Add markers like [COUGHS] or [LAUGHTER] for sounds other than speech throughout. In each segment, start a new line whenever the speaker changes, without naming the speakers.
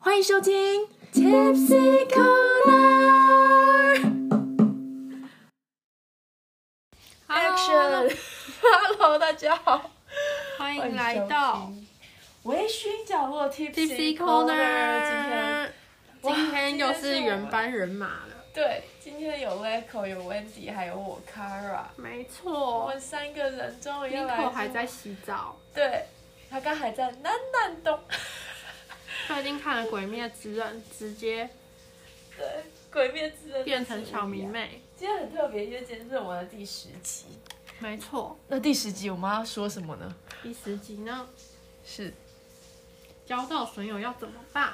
欢迎收听 Tipsy Corner。
Action！
Hello，大家好，
欢迎来到
微醺角落 Tipsy
Tipsy
Corner。今天
Corner。今天又是原班人马了，
对，今天有 Leco，有 Wendy，还有我 Kara。
没
我
错。
们三个人终于要来
Nico
录
还在洗澡，
对，他刚还在喃喃东。 [LAUGHS]
最近看了《鬼灭之刃》，直接
对，《鬼灭之刃》
变成小迷。妹。
啊今天很特别，因为今天是我们的第十集。
没错，
那第十集我们要说什么呢？
第十集呢，
是
交到损友要怎么办？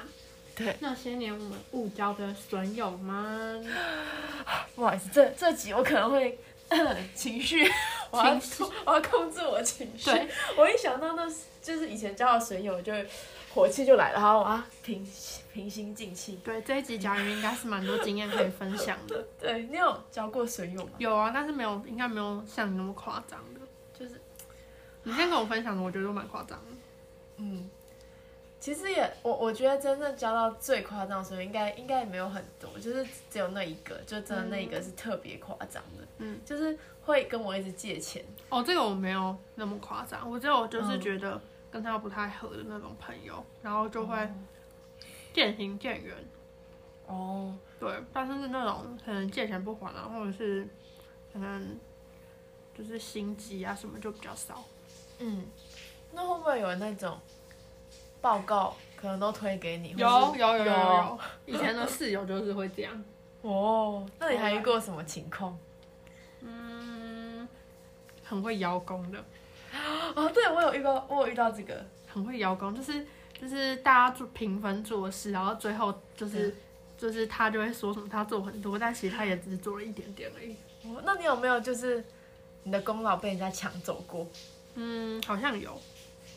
对，
那些年我们误交的损友们，
不好意思，这这集我可能会 [COUGHS] 情 [LAUGHS] 绪，我要
情绪
我要控 [LAUGHS] 制我情绪
对。
我一想到那是就是以前交的损友，我就会火气就来了，然后我要平平心静气。
对这一集甲鱼应该是蛮多经验可以分享的。
对你有交过损友吗？
有啊，但是没有，应该没有像你那么夸张的。就是你先跟我分享的，我觉得都蛮夸张的。
嗯，其实也我我觉得真正交到最夸张的损友，应该应该也没有很多，就是只有那一个，就真的那一个是特别夸张的，
嗯，
就是会跟我一直借钱。
哦，这个我没有那么夸张，我只有就是
嗯
觉得跟他不太合的那种朋友，然后就会渐行渐远。
哦，
对，但是是那种可能借钱不还啊，或者是可能就是心机啊什么就比较少。
嗯，那会不会有那种报告可能都推给你？或
有
是
有有有有，以前的室友就是会这样。
哦，那你还遇过什么情况？
嗯，很会邀功的，
[LAUGHS] 哦，对我有遇到，我有遇到这个，
很会邀功，就是就是大家做平分做事，然后最后就是、就是他就会说什么他做很多，但其实他也只是做了一点点而已。
哦那你有没有就是你的功劳被人家抢走过？
嗯，好像有，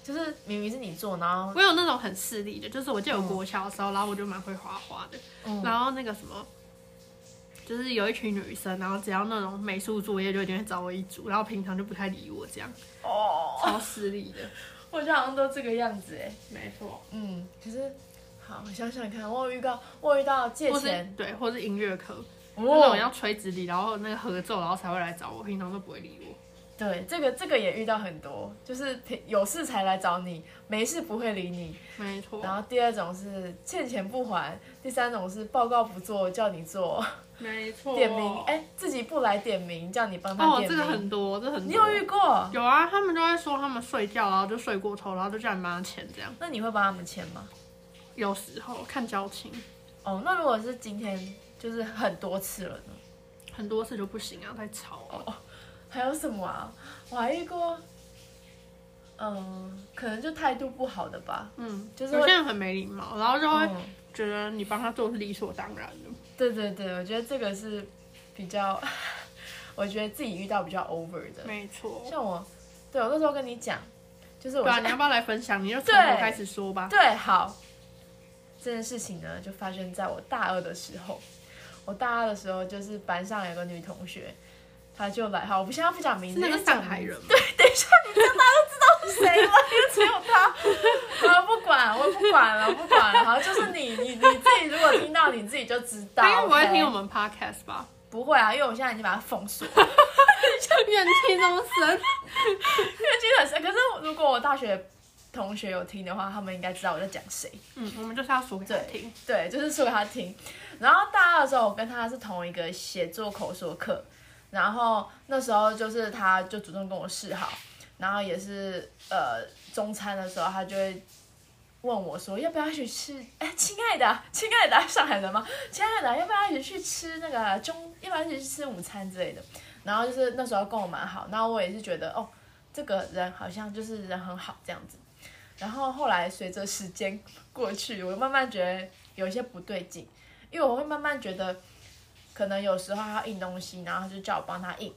就是明明是你做，然后
我有那种很势利的，就是我记得我国小的时候，然后我就蛮会画画的，
嗯
然后那个什么，就是有一群女生，然后只要那种美术作业就一定会找我一组，然后平常就不太理我这样，
哦，
超势利的，
我觉得好像都这个样子哎。
没错，
嗯，可是好，我想想看，我有遇到，我有遇到借
或是
钱，
对，或是音乐课，那种
哦，
要吹直笛，然后那个合奏，然后才会来找我，平常都不会理我，
对，这个这个也遇到很多，就是有事才来找你，没事不会理你。
没错，
然后第二种是欠钱不还，第三种是报告不做叫你做，
没错，
点名哎、自己不来点名叫你帮他
哦，
点
这
名。
个很多，这很多
你有遇过？
有啊，他们就会说他们睡觉，然后就睡过头，然后就叫你帮他签这样。
那你会帮他们签吗？
有时候看交情，
哦，那如果是今天就是很多次了呢？
很多次就不行啊，太吵了。
还有什么啊？我还遇过，嗯，可能就态度不好的吧。
嗯，
就是会
有些人很没礼貌，然后就会
嗯，
觉得你帮他做是理所当然的。
对对对，我觉得这个是比较， [LAUGHS] 我觉得自己遇到比较 over 的。
没错。
像我，对我那时候跟你讲，就是我
对啊，
是
你要不要来分享？你就从
对
我开始说吧。
对，好，这件事情呢，就发生在我大二的时候。我大二的时候，就是班上有个女同学，她就来，好，我不现在不讲名字，
是那个
因为讲
上海人吗？
谁了， [LAUGHS] 因为只有她。好，不管，我不管了，不管了。好，就是你，你你自己如果听到，你自己就知道。
他应该不会
OK？
哎听我们 podcast 吧？
不会啊，因为我现在已经把它封锁了。 [LAUGHS]
怨气那么
因
深，
为基本上，可是如果我大学同学有听的话，他们应该知道我在讲谁。
嗯，我们就是要说给他
对
听。
对，就是说给他听。然后大二的时候，我跟他是同一个写作口说课，然后那时候就是他就主动跟我示好，然后也是呃中餐的时候，他就会问我说要不要一起吃？哎，亲爱的，亲爱的，上海人吗？亲爱的，要不要一起去吃那个中？要不要一起去吃午餐之类的？然后就是那时候跟我蛮好，然后我也是觉得哦，这个人好像就是人很好这样子。然后后来随着时间过去，我慢慢觉得有一些不对劲，因为我会慢慢觉得，可能有时候他要印东西，然后他就叫我帮他印，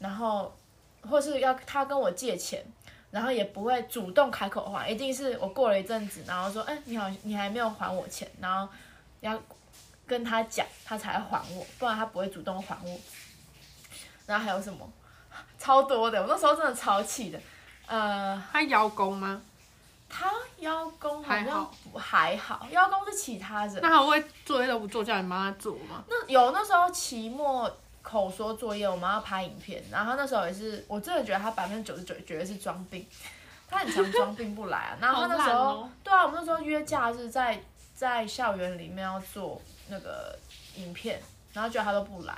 然后或是要他跟我借钱，然后也不会主动开口还，一定是我过了一阵子，然后说，哎，你好，你还没有还我钱，然后要跟他讲，他才还我，不然他不会主动还我。然后还有什么？超多的，我那时候真的超气的，呃，
他邀功吗？
他邀功好
还
像
好
不还好，邀功是其他 [LAUGHS] 人。
那他会作业都不做，叫你妈做吗？
那有那时候期末口说作业，我们要拍影片，然后那时候也是，我真的觉得他百分之九十九绝对是装病，他很常装病不来啊。然后他那时候，
好烂哦
对啊，我们那时候约假日在在校园里面要做那个影片，然后结果他都不来，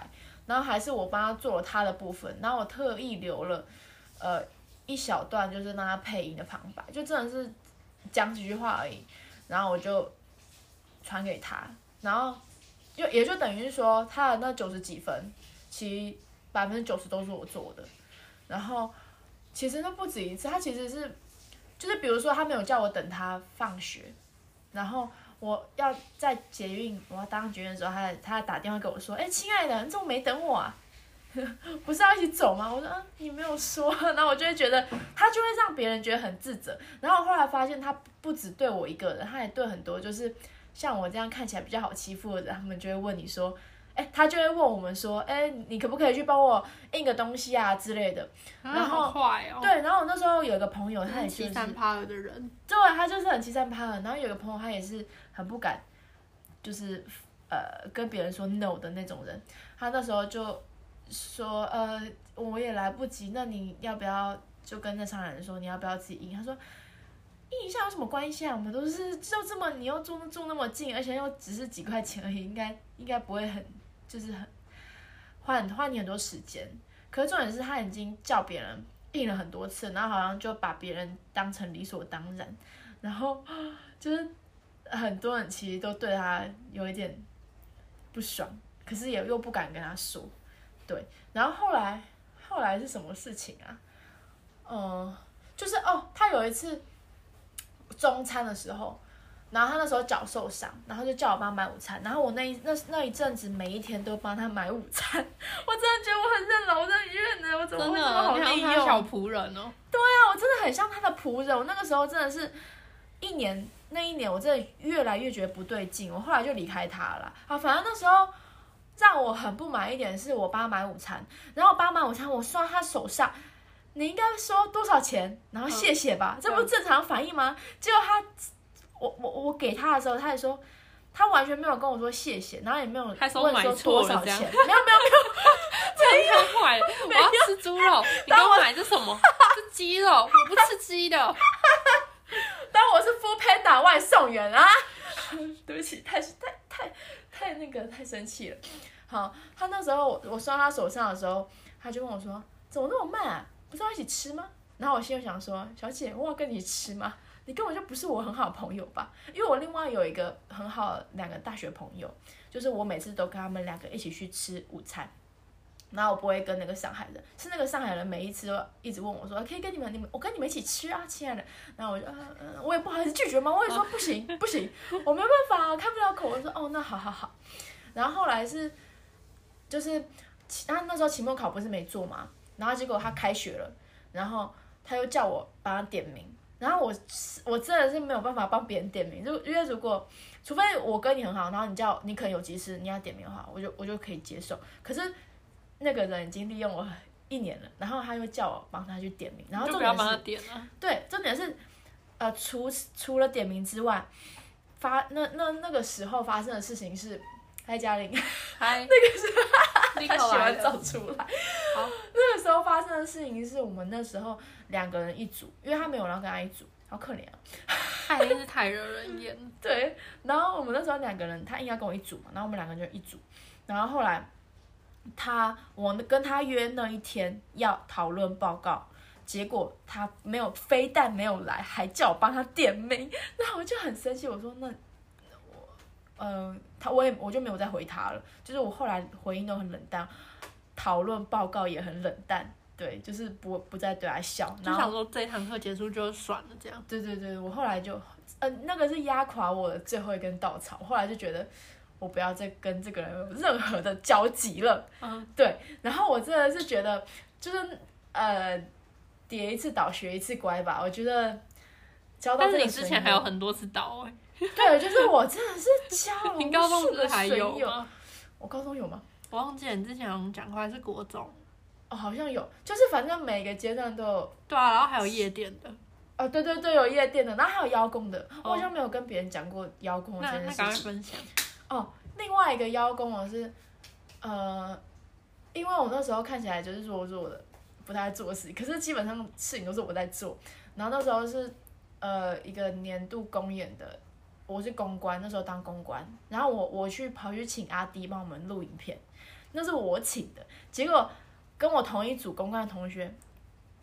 然后还是我帮他做了他的部分，然后我特意留了呃一小段就是让他配音的旁白，就真的是讲几句话而已，然后我就传给他，然后就也就等于是说他的那九十几分，其实百分之九十都是我做的，然后其实那不止一次，他其实是就是比如说他没有叫我等他放学，然后。我要在捷运，我要搭上捷运的时候，他还他还打电话给我说：“哎、亲爱的，你怎么没等我啊？ [LAUGHS] 不是要一起走吗？”我说：“嗯，你没有说。”然后我就会觉得他就会让别人觉得很自责。然后我后来发现，他不只对我一个人，他也对很多就是像我这样看起来比较好欺负的人，他们就会问你说：“哎、他就会问我们说：‘哎、你可不可以去帮我印个东西啊之类的
啊
然后
好坏哦，
对，然后我那时候有一个朋友，他也
很
就
欺
是
善怕恶的人，
对，他就是很欺善怕恶。然后有个朋友，他也是很不敢，就是呃跟别人说 no 的那种人。他那时候就说，呃，我也来不及，那你要不要就跟那商人说，你要不要自己印？他说。印一下有什么关系啊？我们都是就这么，你又住住那么近，而且又只是几块钱而已，应该应该不会很就是很花很花你很多时间。可是重点是他已经叫别人印了很多次，然后好像就把别人当成理所当然，然后就是很多人其实都对他有一点不爽，可是也又不敢跟他说，对。然后后来后来是什么事情啊？嗯，就是哦，他有一次中餐的时候。然后他那时候脚受伤，然后就叫我帮他买午餐。然后我那一那那一阵子，每一天都帮他买午餐。 [LAUGHS] 我真的觉得我很认老，我真的认了，我怎么
真
会这么
的，
好
你
利
像他
用？
小仆人
[LAUGHS]
哦。
我真的很像他的仆人。我那个时候真的是一年那一年，我真的越来越觉得不对劲，我后来就离开他了啦。啊，反正那时候让我很不满一点是我爸买午餐，然后我爸买午餐，我算他手上。你应该说多少钱，然后谢谢吧，这不是正常反应吗？结果他，我我我给他的时候，他也说，他完全没有跟我说谢谢，然后也没有问
他说买
说
错
多
了
少
这
钱，
样 [LAUGHS]
没有没有没有，
太坏了！我要吃猪
[LAUGHS]
肉，你给我买这什么？ [LAUGHS] 这鸡肉，我不吃鸡的。
当我是 Full Panda 外送员啊！对不起，太太太太那个太生气了。好，他那时候我我送到他手上的时候，他就问我说：“怎么那么慢啊？不是要一起吃吗？”然后我心里想说：“小姐，我要跟你吃吗？你根本就不是我很好的朋友吧？因为我另外有一个很好的两个大学朋友，就是我每次都跟他们两个一起去吃午餐。”然后我不会跟那个上海人，是那个上海人每一次都一直问我说，可以跟你们，你们我跟你们一起吃啊，亲爱的。然后我就，嗯、嗯我也不好意思拒绝嘛，我也
啊
说不行不行，我没有办法，啊开不了口。我说哦，那好好好。然后后来是，就是期他那时候期末考不是没做嘛，然后结果他开学了，然后他又叫我帮他点名，然后我我真的是没有办法帮别人点名，就因为如果除非我跟你很好，然后你叫你可能有急事，你要点名的话，我就我就可以接受。可是那个人已经利用我一年了，然后他又叫我帮他去点名， [LAUGHS] 然后
就
重
不要
点是
帮他点啊了。
对，重点是，呃，除除了点名之外，发那那那个时候发生的事情是，嗨嘉玲，
嗨，那个是
[LAUGHS] 她喜欢
走。
走出来。
好，
[LAUGHS] 那个时候发生的事情是我们那时候两个人一组，因为他没有人要跟他一组，好可怜啊。
他一定是太惹人
[LAUGHS]
厌了。
对，然后我们那时候两个人，他硬要跟我一组嘛，然后我们两个人就一组，然后后来他我跟他约那一天要讨论报告，结果他没有，非但没有来，还叫我帮他点名， [LAUGHS] 那我就很生气，我说那我嗯、他我也我就没有再回他了，就是我后来回应都很冷淡，讨论报告也很冷淡，对，就是不不再对他笑，
就
然后
想说这一堂课结束就算了，这样。
对对对，我后来就，呃，那个是压垮我的最后一根稻草。我后来就觉得，我不要再跟这个人有任何的交集了。
嗯，
对。然后我真的是觉得，就是呃，跌一次倒学一次乖吧。我觉得交到
但是
这个
你之前
水
还有
友，
很多次倒哎、
对，就是我真的是交了
[LAUGHS] 你高
无
中
哦数
不是
个
还
水
有
友。
吗？
我高中有吗？
我忘记了你之前好像讲过，还是国中。
哦，好像有，就是反正每个阶段都有
对啊，然后还有夜店的，
哦，对对对，有夜店的，然后还有邀功的，我
哦
好像没有跟别人讲过邀功的
那
这件
那
事
赶快
情。
分
[LAUGHS]
享。
哦，另外一个邀功我是，呃，因为我那时候看起来就是弱弱的，不太做事，可是基本上事情都是我在做。然后那时候是呃一个年度公演的，我是公关，那时候当公关，然后我我去跑去请阿迪帮我们录影片，那是我请的，结果跟我同一组公关的同学。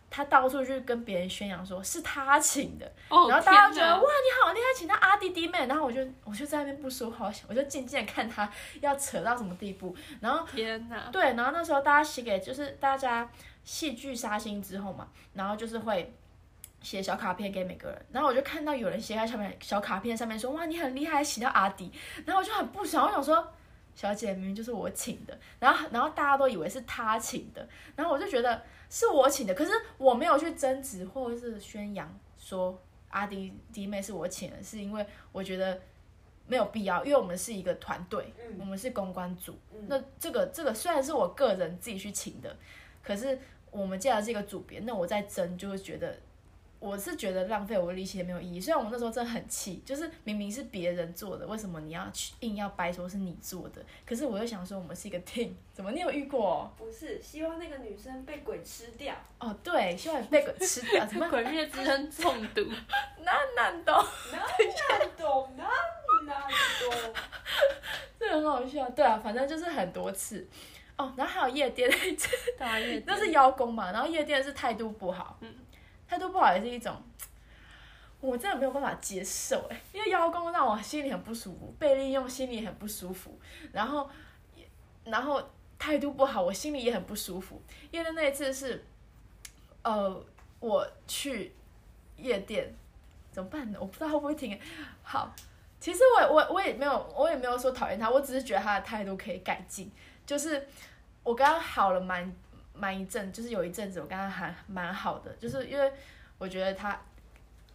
他到处去跟别人宣扬说是他请的，
哦，
然后大家觉
天
得
哪
哇，你好厉害，请到阿弟弟妹，然后我就我就在那边不说话，我就静静的看他要扯到什么地步。然后
天哪，
对，然后那时候大家写给就是大家戏剧杀青之后嘛，然后就是会。写小卡片给每个人，然后我就看到有人写在上面小卡片上面说哇你很厉害，请到阿迪，然后我就很不爽，我想说小姐明明就是我请的，然后然后大家都以为是他请的，然后我就觉得是我请的，可是我没有去争执或者是宣扬说阿迪迪妹是我请的，是因为我觉得没有必要，因为我们是一个团队，
嗯
我们是公关组，
嗯
那这个这个虽然是我个人自己去请的，可是我们既然是一个组别，那我在争就会觉得。我是觉得浪费我的力气也没有意义，虽然我那时候真的很气，就是明明是别人做的，为什么你要去硬要掰说是你做的？可是我又想说我们是一个 team，怎 [LAUGHS] 么你有遇过、哦？
不是，希望那个女生被鬼吃掉。
哦，对，希望你被鬼吃掉，怎么
鬼灭之刃中毒，
难难懂？ [LAUGHS]
哪里懂？哪里哪里懂？
这很好笑。对啊，反正就是很多次。哦，然后还有夜店那一次，
大哦夜
那是邀功嘛。然后夜店是态度不好，
嗯
态度不好也是一种，我真的没有办法接受哎、因为邀功让我心里很不舒服，被利用心里很不舒服，然后，然后态度不好，我心里也很不舒服。夜店那一次是，呃，我去夜店怎么办呢？我不知道会不会听。好，其实我我我也没有我也没有说讨厌他，我只是觉得他的态度可以改进。就是我跟他好了蛮蛮一阵，就是有一阵子我跟他还蛮好的，就是因为我觉得他，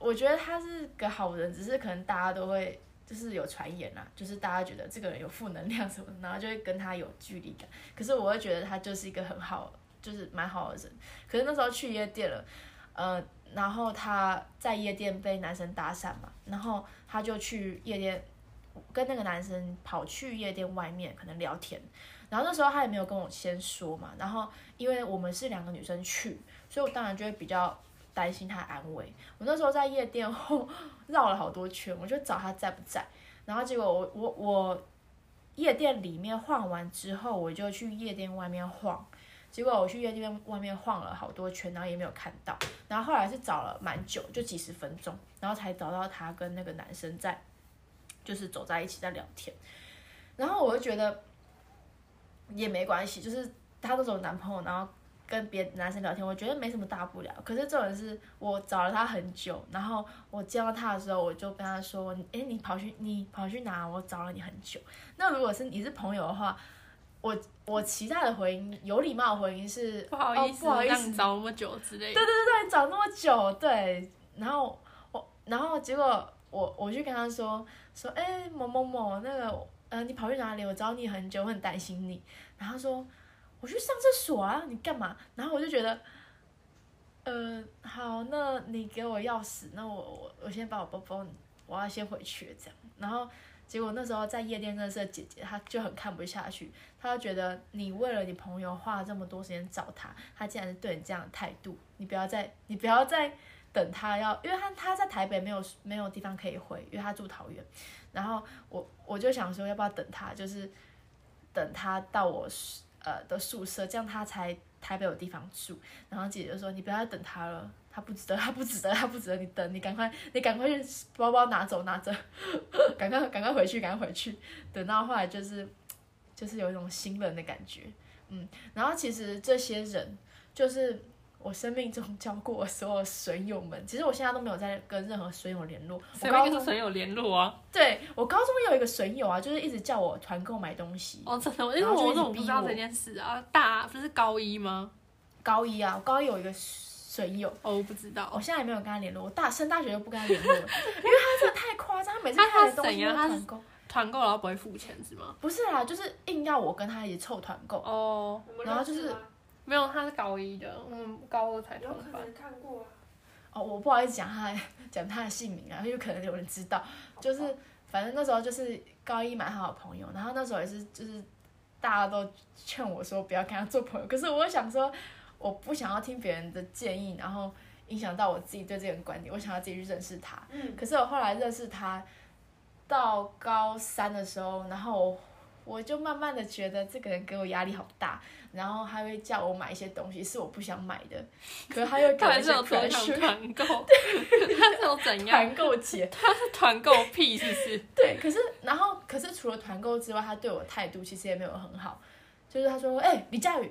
我觉得他是个好人，只是可能大家都会就是有传言啦，就是大家觉得这个人有负能量什么的，然后就会跟他有距离感。可是我会觉得他就是一个很好，就是蛮好的人。可是那时候去夜店了，呃，然后他在夜店被男生搭讪嘛，然后他就去夜店。跟那个男生跑去夜店外面可能聊天，然后那时候他也没有跟我先说嘛，然后因为我们是两个女生去，所以我当然就会比较担心他安危。我那时候在夜店后 [LAUGHS] 绕了好多圈，我就找他在不在，然后结果我我我夜店里面晃完之后，我就去夜店外面晃。结果我去夜店外面晃了好多圈，然后也没有看到。然后后来是找了蛮久，就几十分钟，然后才找到他跟那个男生在，就是走在一起在聊天。然后我就觉得也没关系，就是她那种男朋友，然后跟别的男生聊天，我觉得没什么大不了。可是这种人是我找了他很久，然后我见到他的时候，我就跟他说：“哎，你跑去你跑去哪？我找了你很久。”那如果是你是朋友的话，我我期待的回应，有礼貌的回应是
不好意
哦
思，
不好意
让
思
你找那么久之类的。
对，找那么久，对，然后我，然后结果我我去跟他说说，哎、某某某，那个，呃，你跑去哪里？我找你很久，我很担心你。然后他说，我去上厕所啊，你干嘛？然后我就觉得，呃，好，那你给我钥匙，那我我我先把我包包，我要先回去这样。然后结果那时候在夜店认识的姐姐，她就很看不下去，她就觉得你为了你朋友花了这么多时间找他，他竟然是对你这样的态度，你不要再你不要再等他要，因为他他在台北没有没有地方可以回，因为他住桃园。然后我我就想说，要不要等他，就是等他到我宿呃的宿舍，这样他才台北有地方住。然后姐姐就说：“你不要再等他了，他不值得，他不值得，他不值得你等，你赶快你赶快去包包拿走拿走， [LAUGHS] 赶快赶快回去，赶快回去。”等到后来就是就是有一种心冷的感觉，嗯。然后其实这些人就是。我生命中 [LAUGHS] 交过的所有损友们，其实我现在都没有在跟任何损友联络。我
谁
高
会
中
跟谁有联络啊？
对我高中有一个损友啊，就是一直叫我团购买东西。
哦，真的，因
然
为
后就
我
一直
怎么不知
逼
道
我
这件事啊？大不是高一吗？
高一啊，我高一有一个损友，
哦，我不知道
我。现在也没有跟他联络，我大升大学就不跟他联络了，因为他真的太夸张，他每次看的东西都
他他是
团
怎
购。
团购然后不会付钱是吗？
不是啦，就是硬要我跟他一起凑团购。
哦，
我们
然后
认识
就是
吗
没有，他是高一的，我们高二才
有
同
可
班。
能看过啊。
哦，我不好意思讲他讲他的 [LAUGHS] 姓名啊，因为可能有人知道，就是反正那时候就是高一蛮好的朋友，然后那时候也是就是大家都劝我说不要跟他做朋友，可是我想说我不想要听别人的建议，然后影响到我自己对这个人观点，我想要自己去认识他，
嗯，
可是我后来认识他，到高三的时候，然后我我就慢慢的觉得这个人给我压力好大，然后他会叫我买一些东西是我不想买的，可是他又给
到
我
底
一
是
些
有多想
crush
团购？他是有怎样？
团购节，
[LAUGHS] 他是团购屁是不是？
[LAUGHS] 对，可是然后可是除了团购之外，他对我态度其实也没有很好，就是他说，哎、李佳宇，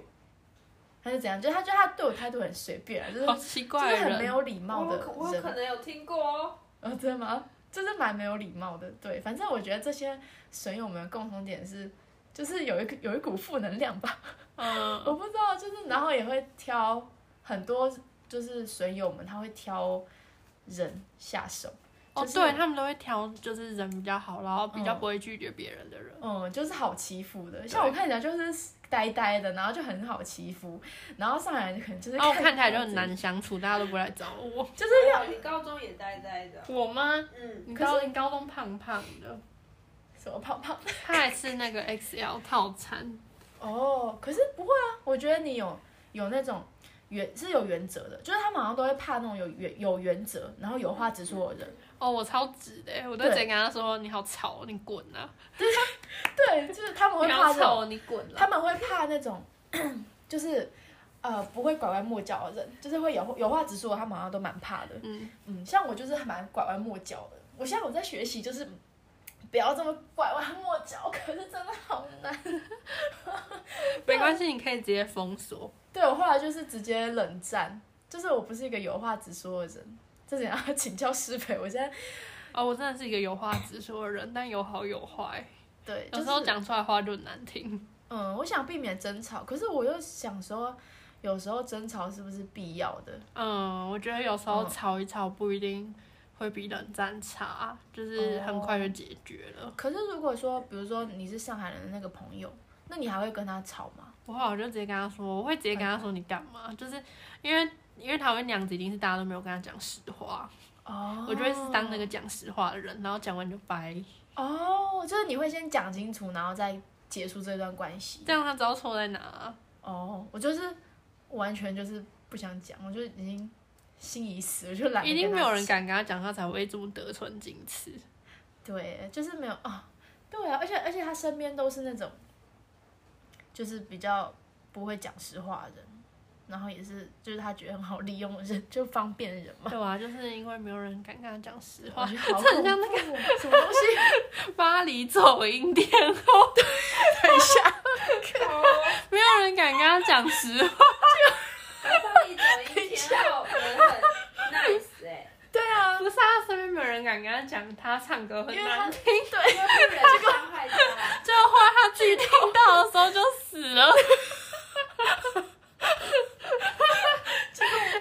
他是怎样？就是他就他对我态度很随便啊，就是
好奇怪
就
的
是很没
人。
有礼貌
我
的
有可我有
人
可。能有听过哦。
哦，真的吗？就是蛮没有礼貌的，对，反正我觉得这些损友们的共同点是，就是有一个有一股负能量吧，
嗯，
我不知道，就是然后也会挑很多，就是损友们他会挑人下手，
哦，
就是
对他们都会挑就是人比较好，然后比较
嗯
不会拒绝别人的人。
嗯，就是好欺负的，像我看起来就是呆呆的，然后就很好欺负，然后上来可能就是
哦然后我看起来
起
就很，难相处，大家都不会来找我。
就是
没有，哦你高中也呆呆的。
[LAUGHS] 我吗？
嗯，
你
可
高你高中胖胖的， [LAUGHS]
什么胖胖
他还吃那个 XL 套餐，
哦，可是不会啊，我觉得你有有那种原是有原则的，就是他们好像都会怕那种有原有原则，然后有话直说的人。
哦，我超直的欸，我都直接
对
跟他说你好吵，你滚啊！
对，就是他们会
你
怕这
好
种，
吵，你哦滚
他
了。
们会怕那种， [CLEARS THROAT] 就是呃不会拐弯抹角的人，就是会有有话直说，他们好像都蛮怕的。
嗯，
嗯，像我就是蛮拐弯抹角的，我现在我在学习就是。不要这么拐弯抹角，可是真的好难。
没关系，你可以直接封锁。
对我后来就是直接冷战，就是我不是一个有话直说的人，这点要请教师培。我现在
哦，我真的是一个有话直说的人，但有好有坏，
对，就
有
是
时候讲出来话就很难听。
嗯，我想避免争吵，可是我又想说，有时候争吵是不是必要的？
嗯，我觉得有时候
嗯
吵一吵不一定会比冷战差，就是很快就解决了。
可是如果说，比如说你是上海人的那个朋友，那你还会跟他吵吗？
我后来我就直接跟他说，我会直接跟他说你干嘛，就是因为因为台湾娘子一定是大家都没有跟他讲实话，
哦
我就会是当那个讲实话的人，然后讲完就掰，
哦，就是你会先讲清楚，然后再结束这段关系
这。样他知道错在哪啊。
哦，我就是完全就是不想讲，我就已经心已死， [LAUGHS] 我就懒得
一定
跟
没
他
有人
讲
敢跟他讲，他才会这么得寸进尺。
对，就是没有啊、对啊，而且而且他身边都是那种，就是比较不会讲实话的人，然后也是就是他觉得很好利用的人， [LAUGHS] 就方便的人嘛。
[LAUGHS] 对啊，就是因为没有人敢跟他讲实
我
话
觉。得好
[LAUGHS] 这
恐
很
怖，
像那
什么东西？
巴黎走音店后，
哦
没有人敢跟他讲实话。
巴黎抖音天后人哦很 nice 哎，
对啊，
[LAUGHS] 不是啊，身边没有人敢跟他讲他唱歌很
因为他
难听，
因为不忍伤害他。
这话他自己听到的时候就死了。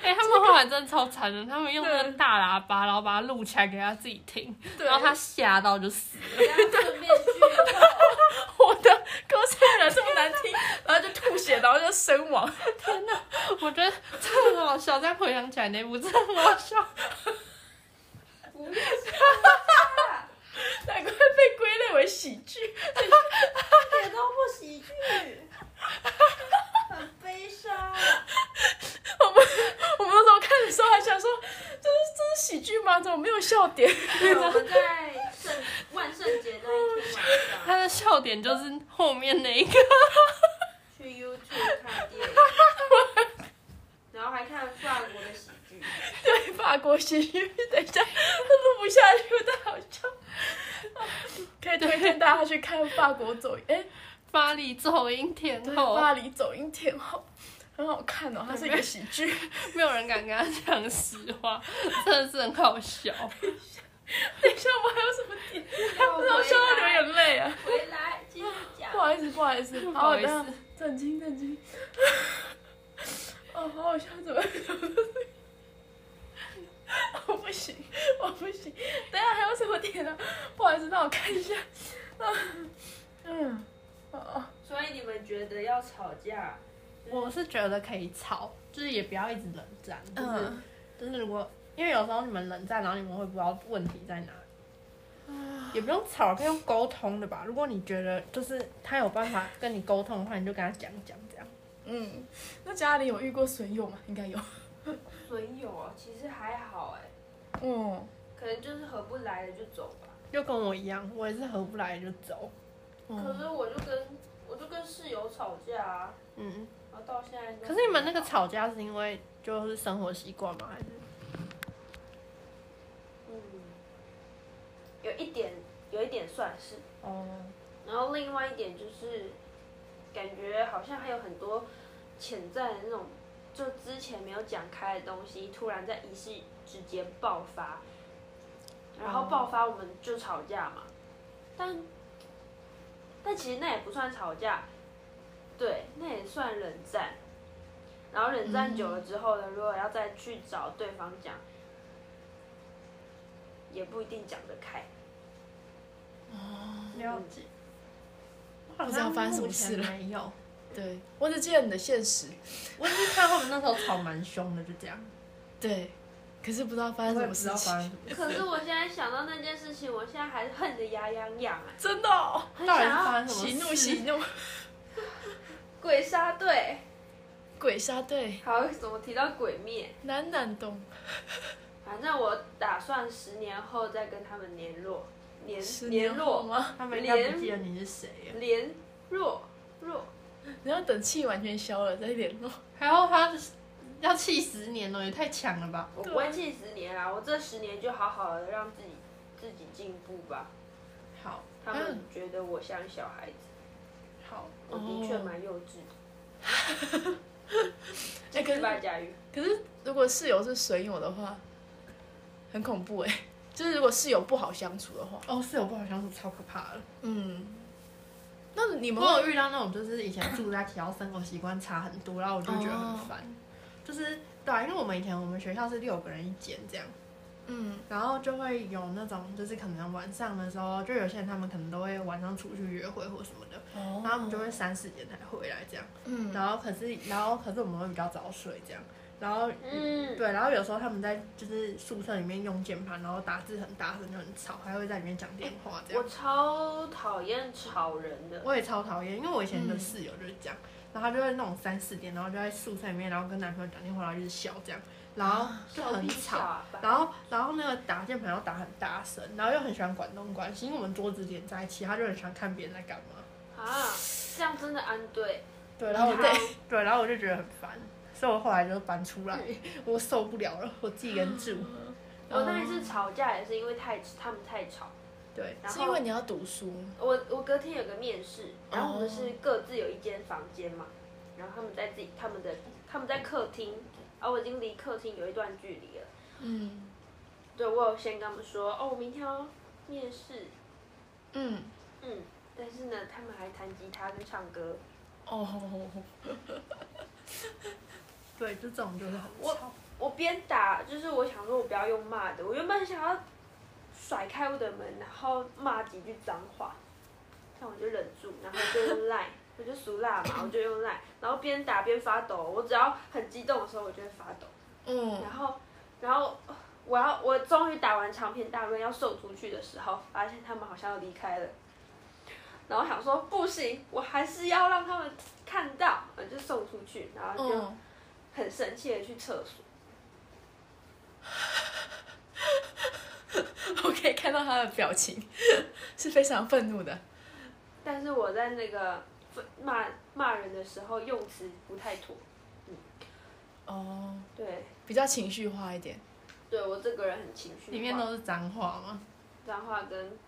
哎、他们后来真的超残忍，他们用那个大喇叭，然后把它录起来给他自己听，
对
然
[LAUGHS]
后他吓到就死了。
然后顺便剧透，
我的歌声原来这么难听，然后就吐血，然后就身亡。
我觉得真的很好笑，再回想起来那部真的很好笑。
不要说啦
难怪被归类为喜剧。
一点都不喜剧，很悲伤。
[LAUGHS] 我们我们那时候看的时候还想说，这是这是喜剧吗？怎么没有笑点？ [LAUGHS]
我们在圣万圣节那一天晚上
他的笑点就是后面那一个，
去 YouTube 看电影，然后还看法国的喜剧。
对，法国喜剧，等一下录不下去，我太好笑。可以推荐大家去看法国走，哎、
巴黎走音天
对，
后，
巴黎走音天后，很好看哦，它是一个喜剧，
没有人敢跟他讲实话，真的是很好笑。
[LAUGHS] 等一下我还有什么 [LAUGHS] 点？
要
我好笑到流
回来，
眼泪啊！
回来继续
[LAUGHS]
讲
不。好意思，不好意思，
不好意思
等一下，震惊震惊。 [LAUGHS] 哦，好好笑，怎么？ [LAUGHS] 我不行，我不行。等一下还有什么点呢、不好意思，让我看一下。 [LAUGHS] 啊嗯，哦。
所以你们觉得要吵架，
我是觉得可以吵，就是也不要一直冷战，就是、
嗯
就是如果因为有时候你们冷战，然后你们会不知道问题在哪里，也不用吵，可以用沟通的吧。如果你觉得就是他有办法跟你沟通的话，你就跟他讲讲这样。
嗯，那家里有遇过损友吗？应该有。
损友啊，其实还好哎、
嗯，
可能就是合不来的就走吧。
就跟我一样，我也是合不来就走。
哦
可是我就跟我就跟室友吵架啊，
嗯，
然后到现在都
可是你们那个吵架是因为就是生活习惯吗？还是
嗯，有一点有一点算是，
哦，
然后另外一点就是感觉好像还有很多潜在的那种，就之前没有讲开的东西，突然在一夕之间爆发，然后爆发我们就吵架嘛，但但其实那也不算吵架，对，那也算冷战。然后冷战久了之后呢，如果要再去找对方讲，也不一定讲得开。
了解？我
不知道发生什么事了
没有，
对，我只记得你的现实，
我只是看他们那时候吵蛮凶的，就这样。
对，可是不知道发生什
我也
么
不知
事
道发生
情
什。么事
可是我现在想到那件事情，我现在还是恨得牙痒痒哎、
真的、哦，
很
到底
想
是发
要
生什么
喜
事？
怒喜怒，
鬼杀队。
鬼杀队，
好，怎么提到鬼灭？
难难懂，
反正我打算十年后再跟他们联络，联
十
联
年后
络
[LAUGHS] 吗？
他们应该不记得你是谁啊耶。
联络络，
你要等气完全消了再联络。
还要他要气十年哦了，也太强了吧！
我
啊
不会记十年啦，我这十年就好好的让自己自己进步吧。
好
他们
嗯
觉得我像小孩子，
好，
我的确蛮幼稚的。
哦 [LAUGHS] 哎、可
对吧，
是
佳宇？
可是如果室友是损友的话，很恐怖哎、就是如果室友不好相处的话，
哦，室友不好相处超可怕的。
嗯，那你们
我
会
有遇到那种就是以前住在提到生活习惯差很多，然后我就觉得很烦。就是对啊，因为我们以前我们学校是六个人一间这样，
嗯
然后就会有那种就是可能晚上的时候，就有些人他们可能都会晚上出去约会或什么的，
哦
然后他们就会三四点才回来这样。
嗯
然后可是然后可是我们会比较早睡这样，然后
啊
嗯，
对，然后有时候他们在就是宿舍里面用键盘，然后打字很大声，就很吵，还会在里面讲电话这
我
样。
超讨厌吵人的。
我也超讨厌，因为我以前的
嗯
室友就是这样，然后他就会那种三四点，然后就在宿舍里面，然后跟男朋友讲电话，然后就是笑这样，然后就
小
很
屁小
吵。
啊吧
然后，然后那个打键盘要打很大声，然后又很喜欢管东管西，因为我们桌子连在一起，他就很喜欢看别人在干嘛。
啊，这样真的安对。
哦对，然后我就
对
[LAUGHS] 对，然后我就觉得很烦，所以我后来就搬出来，我受不了了，我自己一个人住。
嗯我那一次吵架哦也是因为太他们太吵，
对，
然
是因为
后
你要读书，
我我隔天有个面试，然后我
哦
们是各自有一间房间嘛，然后他们在自己他们的他们在客厅，而我已经离客厅有一段距离了，
嗯
对我有先跟他们说哦，我明天要面试，
嗯，
嗯，但是呢，他们还弹吉他跟唱歌，
哦，
对，就这种就是很
我
吵。
我边打就是我想说我不要用骂的，我原本想要甩开我的门，然后骂几句脏话，但我就忍住，然后就用赖，我就俗辣嘛，我就用赖，然后边打边发抖，我只要很激动的时候我就会发抖，
嗯
然后然后我要我终于打完长篇大论要送出去的时候，发现他们好像要离开了。然后想说不行，我还是要让他们看到，我就送出去，然后就
嗯， [LAUGHS]
很生气的去厕所。
我可以看到他的表情 [LAUGHS] 是非常愤怒的，
但是我在那个骂骂人的时候用词不太妥，
哦，
对，
比较情绪化一点，
对我这个人很情绪化，
里面都是脏话吗？
脏话跟，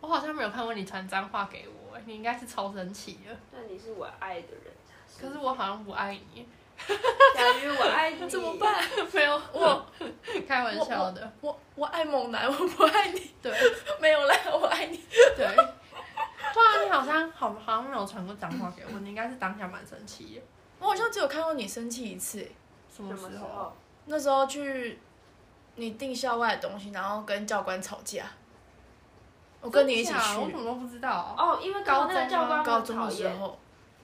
我好像没有看过你传脏话给我欸，你应该是超生气的。
但你是我爱的人，
可是我好像不爱你，
假如我爱你
怎么？办？
[LAUGHS] 没 [LAUGHS] 有我开玩笑的。
我我爱猛男，我不爱你，
对
[LAUGHS] 没有啦，我爱你。
[LAUGHS] 对，哇，你好像好好像没有传过脏话给我，你应该是当下蛮生气的。
我好像只有看过你生气一次，
什
什
么
么
时
时
候？
候？
那时候去你订校外的东西，然后跟教官吵架，我跟你一起
真假我
去
怎，么都不知道啊？
哦，因为高中那个教官
高
很
中啊
讨
的时
厌。
候，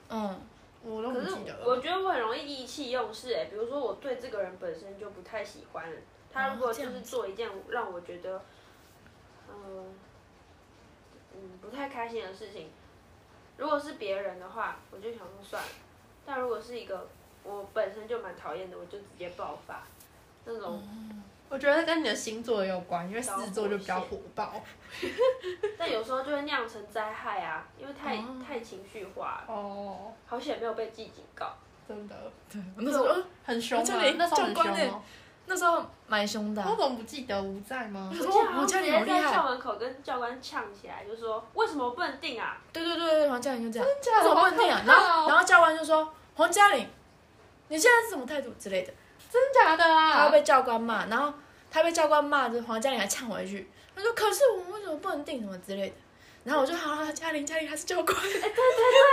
嗯，
我都不
可是
记得
我
了。
欸觉得我很容易意气用事哎、比如说我对这个人本身就不太喜欢，他如
哦
果就
这样
是
子
做一件让我觉得，嗯、嗯不太开心的事情，如果是别人的话，我就想说算了。但如果是一个我本身就蛮讨厌的，我就直接爆发，那种
嗯
我觉得跟你的星座也有关，因为狮子座就比较火爆。
但有时候就会酿成灾害啊，因为太、
哦
太情绪化了。
哦，
好险没有被记警告，
真的
对，我那时候呃
很凶吗
我这里？
那时候很凶
教官欸
吗？
那时候蛮凶的啊、
我怎么不记得吴在吗？
我说我教
直
你好
接
厉
在校
害，
门口跟教官呛起来，就说为什么我不能定啊？
对对对对，黄嘉玲就这样，
真假的
为什么不能定啊
好？可
然
怕哦
后然后教官就说黄嘉玲，你现在是什么态度之类的，
真假的
他
啊
会？被教官骂，然后他被教官骂，就是黄嘉玲还呛回去，他说可是我们为什么不能定什么之类的，然后我就好好嘉玲嘉玲还是教官，
哎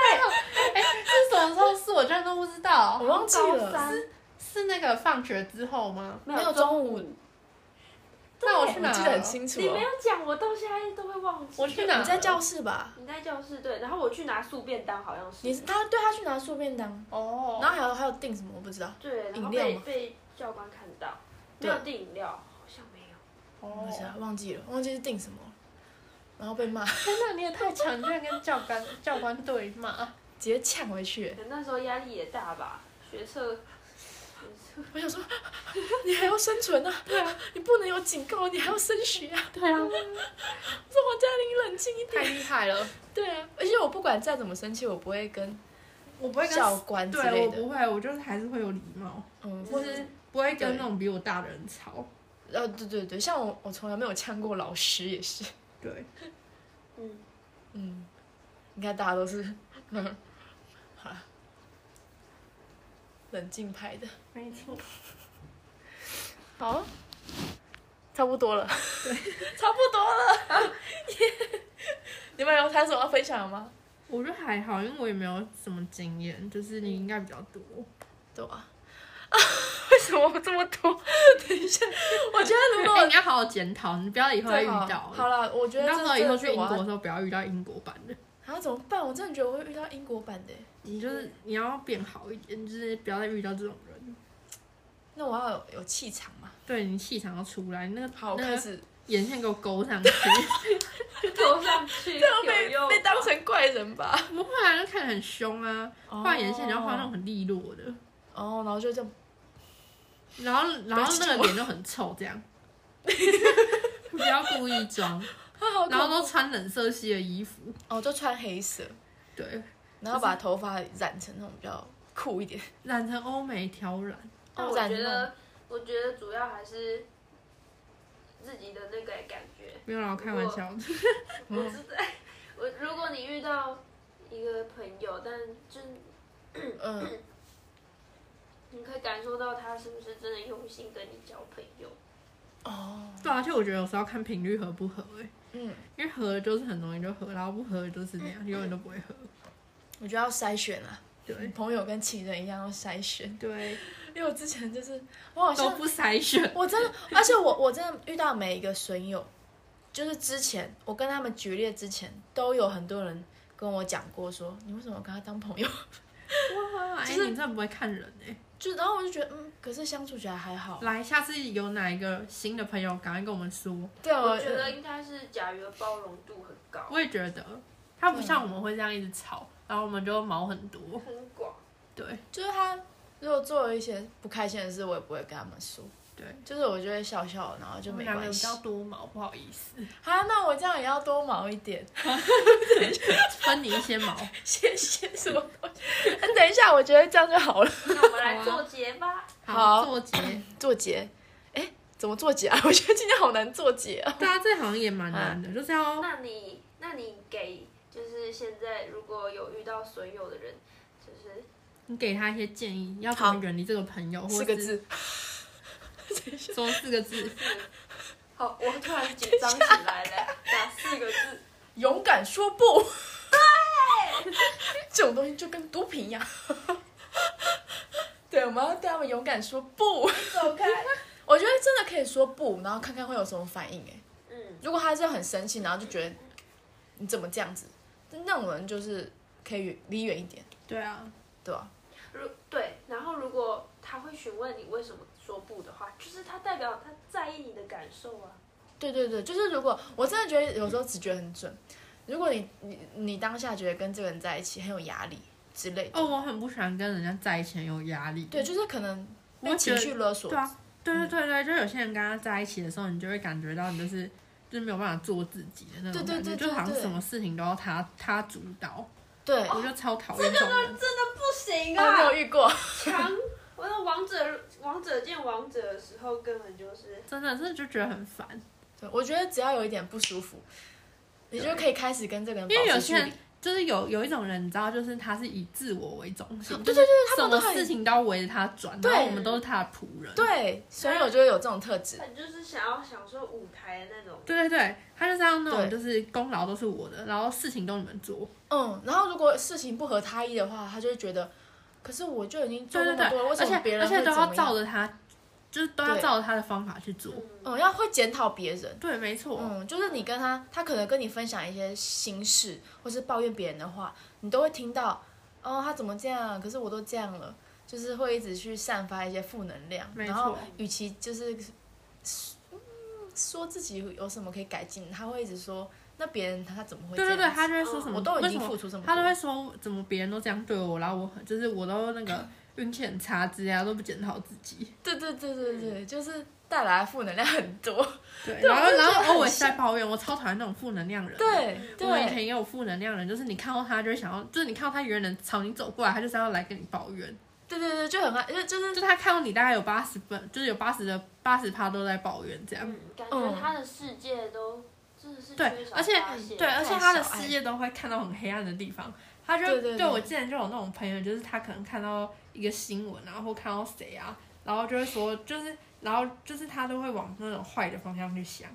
是什么时候是我居然都不知道
[LAUGHS] 我，忘记
高
了，
三
是那个放学之后吗？
没
没有
有
中午，
那我
我
去哪？
记得很。清楚
你
哦
没，有讲，我到现在都会忘记。
我去哪？
你在教室吧？
你在教室对，然后我去拿速便当，好像是。
你是他对他去拿素便当，
哦，
然后还有还有订什么我不知道，
对，然后
饮料
被
吗
被教官看到，没
对
有订饮料，好像没有。
我不知道
哦，
忘记了，忘记是订什么了，然后被骂，直
天哪，你也太强，居然跟教官教官对骂。
接呛回去，
可能那时候压力也大吧，学测，
我想说 [LAUGHS] 你还要生存啊，对啊， [LAUGHS] 你不能有警告，你还要升学啊，
对啊，
我说黄嘉玲冷静一
太
点，
厉害了。
对啊，而且我不管再怎么生气，我不会跟
我不会跟
教官之
对
类
我不
的，
会，我就是还是会有礼貌，
嗯，
就
或
是
是
不会跟那种比我大的人吵。
呃，对对对，像我我从来没有呛过老师也是，
对，
嗯，
嗯，应该大家都是，嗯，好啦冷静派的，
没错。
好，啊差不多了，差不多了，你们有还有什么要分享的吗？
我觉得还好，因为我也没有什么经验，就是你应该比较多。 [LAUGHS]
对啊，为什么这么 [LAUGHS] 多？等一下，我觉得如
哎，
果哎
你要好好检讨，你不要以后再遇
好
到。
好了，我觉
你
得
到时候以后去英国的
啊
时候，不要遇到英国版的。，
然后怎么办？我真的觉得我会遇到英国版的欸。
你就是你要变好一点，就是不要再遇到这种人。
那我要有有气场嘛？
对你气场要出来，那个
好，我
那
开 [LAUGHS]
个
始
眼线给我勾上去。
勾
[LAUGHS]
上去
要
有
被
用
被当成怪人吧？
不会啊，就看得很凶啊。画眼线你要画那种很利落的，
哦，然后就这样，
然后然后那个脸就很臭这样。不要故意装，
啊
然
好
后都穿冷色系的衣服。
恐怖哦，就穿黑色，
对，
然后把头发染成那种比较酷一点。
染成欧美挑染。
但哦我
染
觉
成那
得
种，
我觉得主要还是自己的那个感觉。
没有啦，我开玩笑的。
嗯
我是在，我如果你遇到一个朋友，但真
嗯，
你可以感受到他是不是真的用心跟你交朋友。
哦，
对啊，而且我觉得有时候看频率合不合、欸，
嗯，
因为合就是很容易就合，然后不合就是那样，永远都不会合。
我觉得要筛选啊，
对
朋友跟情人一样要筛选，
对，
因为我之前就是我好
都
像
不筛选。
我真的，而且我我真的遇到每一个损友，就是之前我跟他们决裂之前，都有很多人跟我讲过说，你为什么跟他当朋友？
哇，哎、
就是
你真的不会看人哎、
就然后我就觉得，嗯，可是相处起来还好。
来，下次有哪一个新的朋友，赶快跟我们说。
对，啊
我觉得应该是甲鱼的包容度很高，
我也觉得，他不像我们会这样一直吵，然后我们就毛很多。
很广。
对
就是他如果做了一些不开心的事，我也不会跟他们说，
对，
就是我就会笑笑，然后就
我们
没
两个
关
比
系。
较
啊，
多毛，不好意思，
那我这样也要多毛一
[LAUGHS]
点，
分你一些毛。
谢谢什么东西？哎等一下，我觉得这样就好了。
那我们来做结吧。
好
做结。
做结，哎，怎么做结啊？ [LAUGHS] 我觉得今天好难做结啊。
对啊，这好像也蛮难的，就是要
那你，那你给就是现在如果有遇到损友的人，就是
你给他一些建议，要怎么
好
远离这个朋友，或
四个
是
字。
说四个字。
好， [LAUGHS] 我突然紧张起来 [LAUGHS] 了，哪四个字？
勇敢说不。这种东西就跟毒品一样。对，我们要对他们勇敢说不。
走开。
我觉得真的可以说不，然后看看会有什么反应。哎，
嗯，
如果他是很生气，然后就觉得你怎么这样子，那种人就是可以离远一点，
[LAUGHS] 对啊，
对吧、
如对，然后如果他会询问你为什么说不的话，就是他代表他在意你的感受啊。
对对对，就是如果我真的觉得有时候直觉很准，如果你你你当下觉得跟这个人在一起很有压力之类的，
哦，我很不喜欢跟人家在一起很有压力。
对，就是可能
我
被
会觉
情
得
绪勒索，
对啊，对对对对，就有些人跟他在一起的时候，你就会感觉到你就是就是没有办法做自己的那种感觉，
对对对对
就好像
对哦
什么事情都要他他主导，
对，
我就超讨厌这种人。
不行
我没
啊
有，遇过，
强！我的王者王者见王者的时候，根本就是
真的，真的就觉得很烦，
对，我觉得只要有一点不舒服，你就可以开始跟这个人
因为
保
有
持距
些人
离。
就是有有一种人，你知道，就是他是以自我为中心，
对
就
哦对
是
对，他
什
们都
么
很
事情都要围着他转，
对
然后我们都是他的仆人。
对，所以我就会有这种特质。
他就是想要享受舞台的那种。
对对对，他就是要那
对
种就是功劳都是我的，然后事情都你们做。
嗯，然后如果事情不合他意的话，他就会觉得，可是我就已经做
对
那
对
么多了，为
对，
什
而
么别
且而
人
且
会
都
怎
要
么
照
样？
着他，就是都要
对
照着他的方法去做。
嗯，
嗯，要会检讨别人。
对，没错。
嗯，就是你跟他，他可能跟你分享一些心事，或是抱怨别人的话，你都会听到，哦，他怎么这样？可是我都这样了，就是会一直去散发一些负能量。
没
然后
错，
与其就是嗯说自己有什么可以改进，他会一直说，那别人他怎么会这
对
样
对
子？
对，他就会说
嗯
什么，
我都已经
为什么
付出这么多，
他都会说怎么别人都这样对我，然后我很就是我都那个运气很差之类啊，都不检讨自己。
对对对
嗯
对对，就是带来负能量很多。
对，
对
然后
我就
然
觉得
后
很
我也是在抱怨，我超讨厌那种负能量人。。
对
我们以
对
前也有负能量人，就是你看到他就会想要，就是你看到他远远朝你走过来，他就是要来跟你抱怨。
对对对，就很爱，就就是
就他看到你大概有八十分，就是有八十的八十趴都在抱怨这样。
嗯，感觉他的世界都真的是
对
缺少
而且
发泄哦
对，而且
太
他的
小爱
世界都会看到很黑暗的地方。他就
对对对
我之前就有那种朋友，就是他可能看到一个新闻啊，或看到谁啊，然后就会说，就是然后就是他都会往那种坏的方向去想。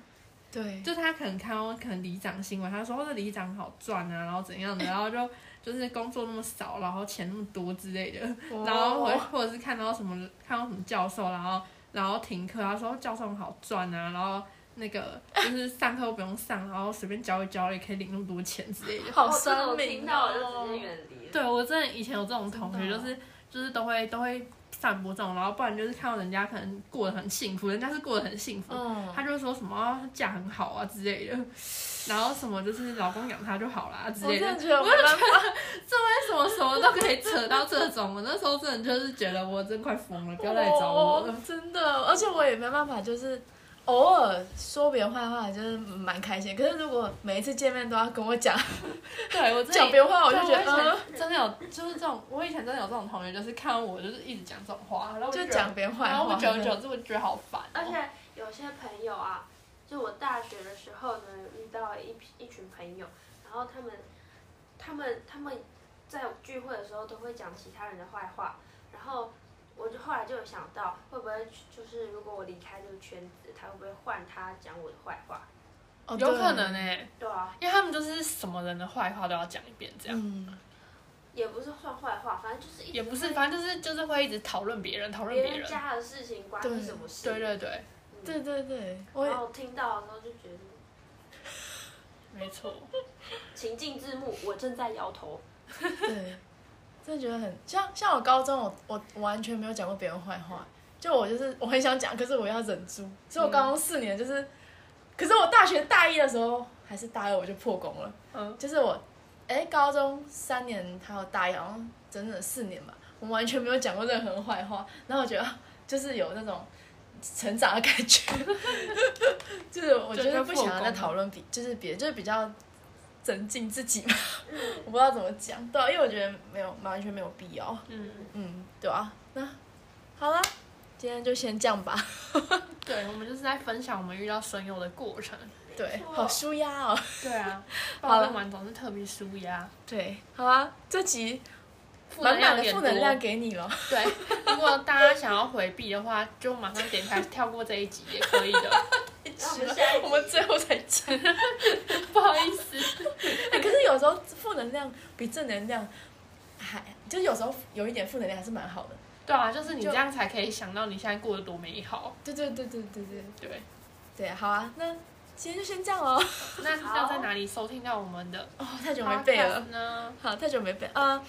对
就他可能看到可能里长新闻，他说哦这里长好赚啊，然后怎样的，然后就就是工作那么少，然后钱那么多之类的。
哦
然后或或者是看到什么看到什么教授，然后然后停课，他说教授很好赚啊，然后那个就是上课都不用上，然后随便教一教也可以领那么多钱之类的。
好
哦这个
酸
我
民
听
哦
到我就直接远离了。
对我真的以前有这种同学，
真的
就
哦
是就是都会都会散播这种，然后不然就是看到人家可能过得很幸福，人家是过得很幸福，
嗯，
他就说什么啊嫁很好啊之类的，然后什么就是老公养她就好啦之
我啊
类
真
的，
的觉得没办法，
为什么什么都可以扯到这种？我那时候真的就是觉得我真快疯了，不要来找我 [LAUGHS] 了。
真的，而且我也没办法，就是偶尔说别人坏话，就是蛮开心。可是如果每一次见面都要跟我讲
对我真
讲
的
别人坏话，我
我
就
就
觉
觉
得
得
嗯，
真的有，就是这种，我以前真的有这种同学，就是看到我就是一直讲这种话，然后
嗯
我
就
觉得，
讲别人坏
然后
话
我，久而久之我就觉得好烦、哦
而且有些朋友啊，就我大学的时候呢，遇到一批一群朋友，然后他们，他们，他们在聚会的时候都会讲其他人的坏话，然后我就后来就有想到，会不会就是如果我离开这个圈子，他会不会换他讲我的坏话？
哦
有可能呢、，
对啊，
因为他们就是什么人的坏话都要讲一遍，这
对
样、
嗯，
也不是算坏话，反正就是一直
也不是，
会
反正就是就是会一直讨论别人，讨论
别
别
人
人。
家的事情，关
对
你什么事？
对对对，
嗯
对对对，我也
然后听到的时候就觉得
没错。
情境字幕，我正在摇头。
对，真的觉得很像像我高中我，我我完全没有讲过别人坏话，就我就是我很想讲，可是我要忍住，所以我高中四年就是，可是我大学大一的时候还是大二我就破功了，
嗯，
就是我哎、高中三年还有大一，好像整整四年吧，我完全没有讲过任何坏话，然后我觉得啊就是有那种。成长的感觉， [LAUGHS] 就是我觉得不想要再讨论比，就是别，就是比较增进自己嘛。
嗯
[LAUGHS] 我不知道怎么讲，对、啊，因为我觉得没有完全没有必要，
嗯，
嗯，对啊，那好啦，今天就先这样吧，
对，我们就是在分享我们遇到损友的过程。
对
[LAUGHS] 没，错
好舒压哦，
对 [LAUGHS] 啊，
好
抱
了
怨完总是特别舒压，
对，好啊，这集
负
满满的
也
负能
多
量给你了，
对，如果大家想要回避的话，就马上点开跳过这一集也可以的。
那我
啊
们下
[LAUGHS]
一集
我们最后才讲，
不好意思，
哎可是有时候负能量比正能量还，就是有时候有一点负能量还是蛮好的，
对啊，就是你这样才可以想到你现在过得多美好。
对对对对对对
对，
对，好啊，那今天就先这样哦，
那要在哪里收听到我们的
哦，太久没背了
podcast。呢？
好，太久没背，呃，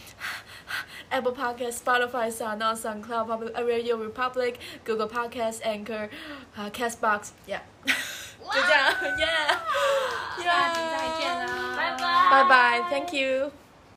Apple Podcast、Spotify、Sound、SoundCloud、Public 呃 Radio Republic、Google Podcast、Anchor、啊 Castbox，Yeah，就这样，Yeah， [LAUGHS]
下集再见啦，拜拜，
拜拜，Thank you。